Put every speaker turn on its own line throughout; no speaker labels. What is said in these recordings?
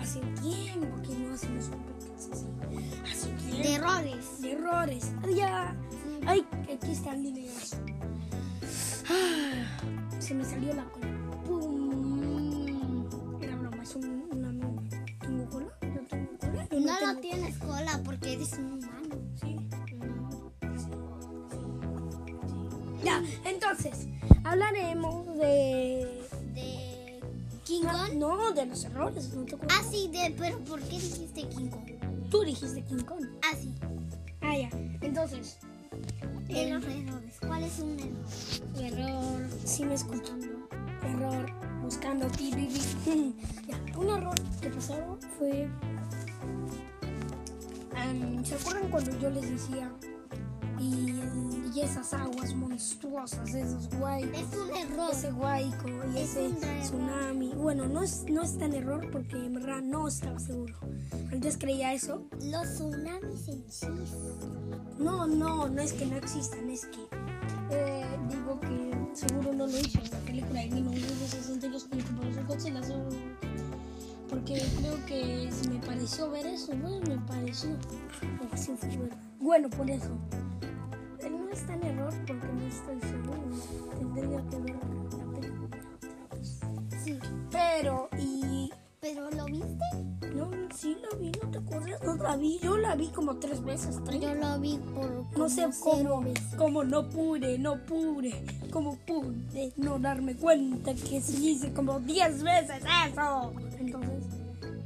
Hace tiempo que no hacemos un podcast así. Hace tiempo.
de errores.
De errores. Adiós. Ay, aquí están dineros. Ah, se me salió la cola.
Mm,
Pum. Era broma, es un, una broma. ¿Tengo cola? ¿Yo tengo cola? Yo
No lo
tengo-
tienes cola porque eres un humano.
Sí. Ya, entonces, hablaremos de. Ah,
De King Kong.
No, de los errores. No te acuerdas.
Así de, pero ¿por qué dijiste King Kong?
Tú dijiste King Kong.
Así,
Ah, ya. Entonces,
de los errores. ¿Cuál es un error?
error. Sí, me escuchando. Error. Buscando ti, bi, bi. Ya, un error que pasaron fue. am, ¿Se acuerdan cuando yo les decía? Y, y esas aguas monstruosas, esos guay.
Es un error.
ese huaico y
Es
ese
un error.
tsunami. Bueno, no es, no es tan error porque en verdad no estaba seguro. Antes creía eso.
Los tsunamis en sí.
No, no, no es que no existan, es que eh, digo que seguro no lo hizo en la película de 1962 que por eso Godzilla, solo- Porque creo que si me pareció ver eso, bueno, me pareció. o así fue, bueno. Bueno, por eso. Eh, No es tan error porque no estoy seguro. Tendría que ver la película.
Sí.
Pero, y
¿Pero lo viste?
no, sí la vi, no te acuerdas, no la vi, yo la vi como tres veces, tres.
Yo lo vi por.
No sé
cero
cómo,
veces.
cómo no pude, no pude, cómo pude no darme cuenta que se hice como diez veces eso. Entonces,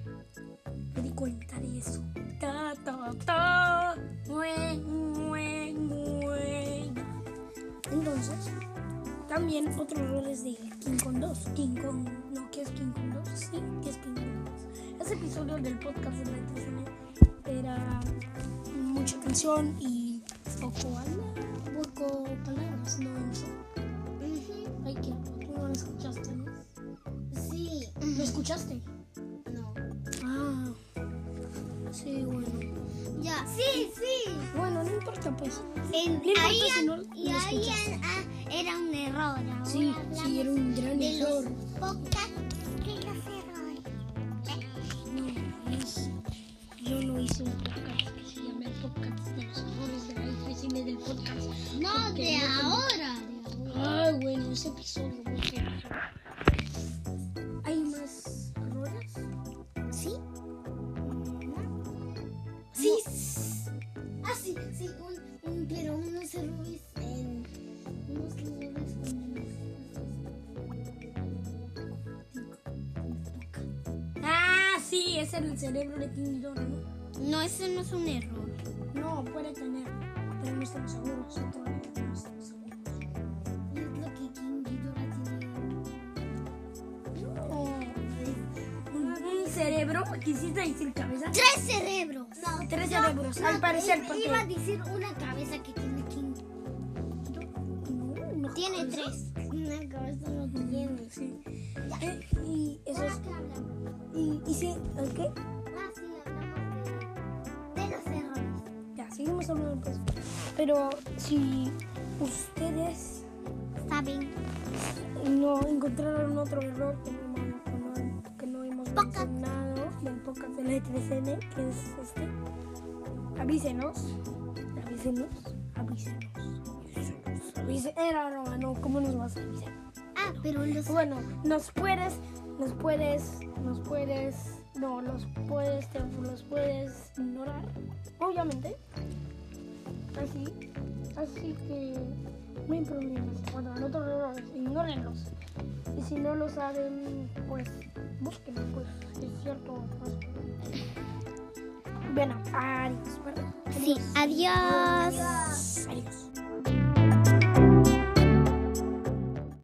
me di cuenta de eso. Ta, ta, ta, mue, mue, mue. Entonces, también otro error es de King Kong 2. King Kong, no, ¿qué es King Kong 2? Sí, ¿qué es King Kong 2? Ese episodio del podcast de la TCM era mucha canción y poco habla, poco palabras, no mucho.
Ujú.
Ay, que tú no lo escuchaste, ¿no?
Sí.
¿Lo escuchaste?
No.
Ah, sí, bueno.
Ya. Sí, sí.
Bueno, no importa, pues.
En-
No importa
ahí
si no
an-
lo
y ahí
escuchaste.
an- ah, era un error. ahora
Sí,
hablamos
sí, era un gran
de los
error.
podcasts que los errores.
No, no sé. Yo no hice un podcast que se llama el podcast de los errores de la IFCN del podcast.
No,
porque
de
no tenía-
ahora.
Ay, bueno, ese episodio, porque... ¿Hay más errores?
¿Sí?
No.
Sí. Ah, sí, sí, un- un- pero unos errores en. Unos errores
Ah, sí, ese era el cerebro de King Ghidorah, ¿no?
No, ese no es un error.
No, puede tener, pero no estamos seguros. Todavía no estamos seguros.
Es lo que King Ghidorah tiene.
Un un cerebro, quisiste decir cabeza.
Tres cerebros. No,
Tres cerebros, al parecer,
i-
porque-
Iba a decir una cabeza que tiene King. Tiene tres. Una cabeza no tiene.
Sí. Eh, Y eso es.
hablamos?
Y, y sí, ¿ok?
Ah, sí, hablamos de, de los errores.
Ya, seguimos hablando de eso. Pero si ustedes
Saben,
no encontraron otro error que no, que no- que no hemos
Podcast.
mencionado del podcast de la E 3N, que es este, avísenos, avísenos, avísenos, avísenos, avise- Era no, no, ¿cómo nos vas a avisar?
ah, pero los
Bueno, nos puedes, nos puedes, nos puedes, no, los puedes, te, los puedes ignorar, obviamente. Así, así que no hay problema. Bueno, en otros errores, ignórenlos. Y si no lo saben, pues búsquenlo, pues, es cierto. Pues. Bueno, adiós, ¿verdad?
Sí, adiós.
Adiós.